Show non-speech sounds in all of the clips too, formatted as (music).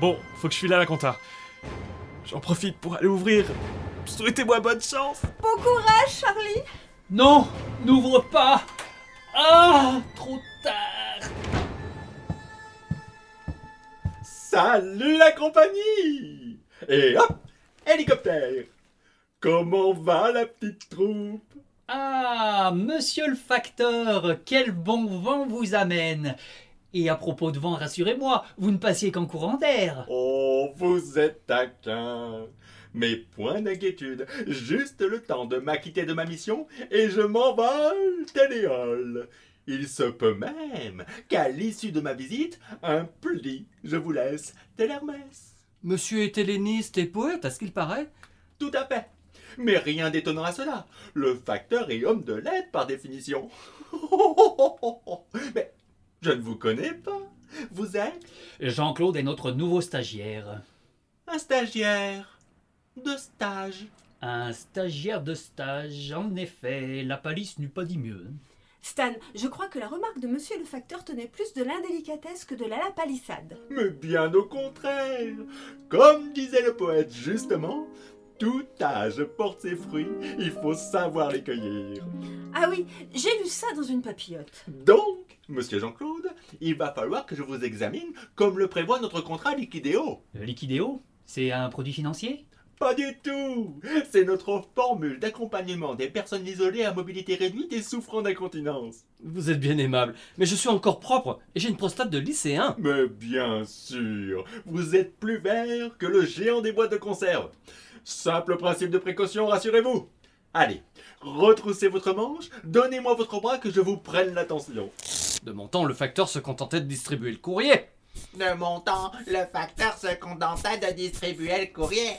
Bon, faut que je file à la compta. J'en profite pour aller ouvrir. Souhaitez-moi bonne chance. Bon courage, Charlie Non N'ouvre pas Ah Trop tard Salut la compagnie Et hop Hélicoptère Comment va la petite troupe Ah Monsieur le facteur, quel bon vent vous amène Et à propos de vent, rassurez-moi, vous ne passiez qu'en courant d'air Oh, vous êtes taquin Mais point d'inquiétude, juste le temps de m'acquitter de ma mission et je m'envole téléole il se peut même qu'à l'issue de ma visite, un pli je vous laisse tel Hermès. Monsieur est helléniste et poète, à ce qu'il paraît. Tout à fait. Mais rien d'étonnant à cela. Le facteur est homme de lettres par définition. (laughs) Mais je ne vous connais pas. Vous êtes Jean-Claude est notre nouveau stagiaire. un stagiaire de stage. Un stagiaire de stage, en effet, la palisse n'eût pas dit mieux. Stan, je crois que la remarque de monsieur le facteur tenait plus de l'indélicatesse que de la la palissade. Mais bien au contraire. Comme disait le poète justement, tout âge porte ses fruits, il faut savoir les cueillir. Ah oui, j'ai lu ça dans une papillote. Donc, monsieur Jean-Claude, il va falloir que je vous examine comme le prévoit notre contrat liquidéo. Le Liquidéo, c'est un produit financier Pas du tout C'est notre formule d'accompagnement des personnes isolées à mobilité réduite et souffrant d'incontinence. Vous êtes bien aimable, mais je suis encore propre et j'ai une prostate de lycéen. Mais bien sûr, vous êtes plus vert que le géant des boîtes de conserve. Simple principe de précaution, rassurez-vous. Allez, retroussez votre manche, donnez-moi votre bras que je vous prenne l'attention. De mon temps, le facteur se contentait de distribuer le courrier. De mon temps, le facteur se contenta de distribuer le courrier.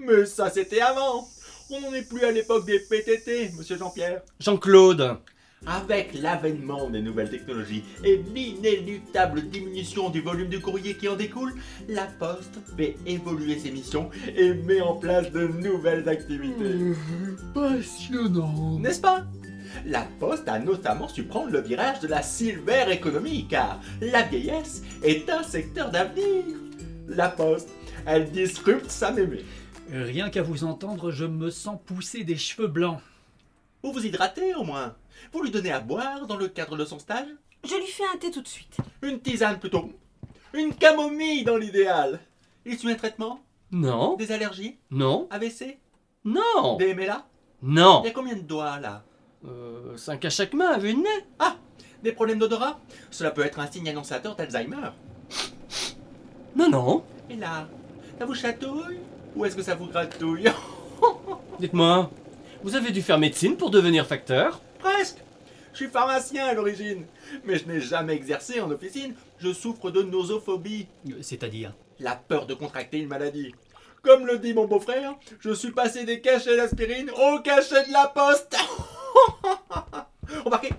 Mais ça c'était avant On n'en est plus à l'époque des PTT, monsieur Jean-Pierre. Jean-Claude, Avec l'avènement des nouvelles technologies et l'inéluctable diminution du volume de courrier qui en découle, la Poste fait évoluer ses missions et met en place de nouvelles activités. Passionnant Hmm. N'est-ce pas La Poste a notamment su prendre le virage de la silver économie car la vieillesse est un secteur d'avenir. La Poste, elle disrupte sa mémé. Rien qu'à vous entendre, je me sens pousser des cheveux blancs. Vous vous hydratez au moins Vous lui donnez à boire dans le cadre de son stage Je lui fais un thé tout de suite. Une tisane plutôt. Une camomille dans l'idéal. Il suit un traitement non, Des allergies non, AVC non, Des MLA non. Il y a combien de doigts là Euh, cinq à chaque main, à une nez. Des problèmes d'odorat Cela peut être un signe annonçateur d'Alzheimer. Non, non. Et là, ça vous chatouille Ou est-ce que ça vous gratouille (laughs) Dites-moi, vous avez dû faire médecine pour devenir facteur Presque Je suis pharmacien à l'origine, mais je n'ai jamais exercé en officine. Je souffre de nosophobie, Euh, C'est-à-dire la peur de contracter une maladie. Comme le dit mon beau-frère, je suis passé des cachets d'aspirine au cachet de la poste (laughs) Remarquez,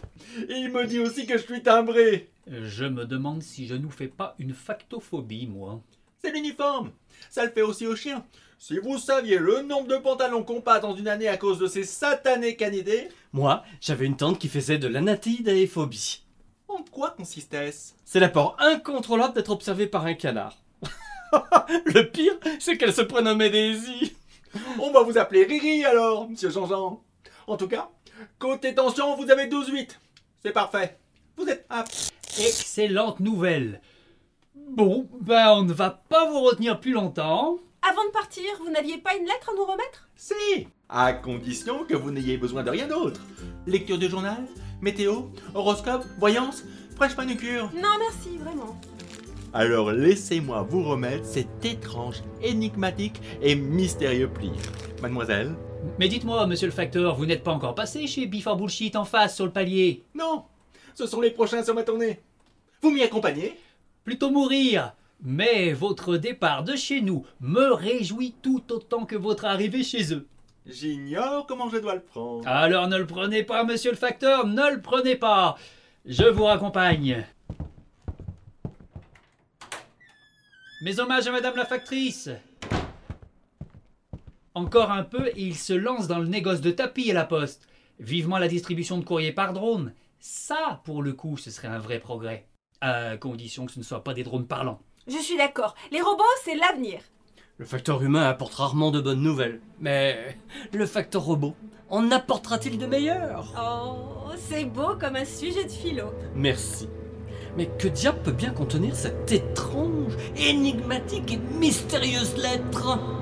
il me dit aussi que je suis timbré Euh, Je me demande si je nous fais pas une factophobie, moi. C'est l'uniforme. Ça le fait aussi aux chiens. Si vous saviez le nombre de pantalons qu'on passe dans une année à cause de ces satanés canidés, Moi, j'avais une tante qui faisait de l'anatidaéphobie. en quoi consistait-ce C'est l'apport incontrôlable d'être observé par un canard. (laughs) Le pire, c'est qu'elle se prénommait Daisy. On va vous appeler Riri alors, monsieur Jean-Jean. En tout cas, côté tension, vous avez 12-8. C'est parfait. Vous êtes apte. Excellente nouvelle Bon, ben on ne va pas vous retenir plus longtemps. Avant de partir, vous n'aviez pas une lettre à nous remettre Si À condition que vous n'ayez besoin de rien d'autre. Lecture de journal, météo, horoscope, voyance, fraîche manucure. Non, merci, vraiment. Alors laissez-moi vous remettre cet étrange, énigmatique et mystérieux pli. Mademoiselle Mais dites-moi, monsieur le facteur, vous n'êtes pas encore passé chez Before Bullshit en face, sur le palier Non, ce sont les prochains sur ma tournée. Vous m'y accompagnez Plutôt mourir Mais votre départ de chez nous me réjouit tout autant que votre arrivée chez eux. J'ignore comment je dois le prendre. Alors ne le prenez pas, monsieur le facteur, ne le prenez pas Je vous raccompagne. Mes hommages à madame la factrice Encore un peu et il se lance dans le négoce de tapis à la poste. Vivement la distribution de courrier par drone. Ça, pour le coup, ce serait un vrai progrès. À condition que ce ne soit pas des drones parlants. Je suis d'accord, les robots, c'est l'avenir. Le facteur humain apporte rarement de bonnes nouvelles, mais le facteur robot en apportera-t-il de meilleures Oh, c'est beau comme un sujet de philo. Merci. Mais que diable peut bien contenir cette étrange, énigmatique et mystérieuse lettre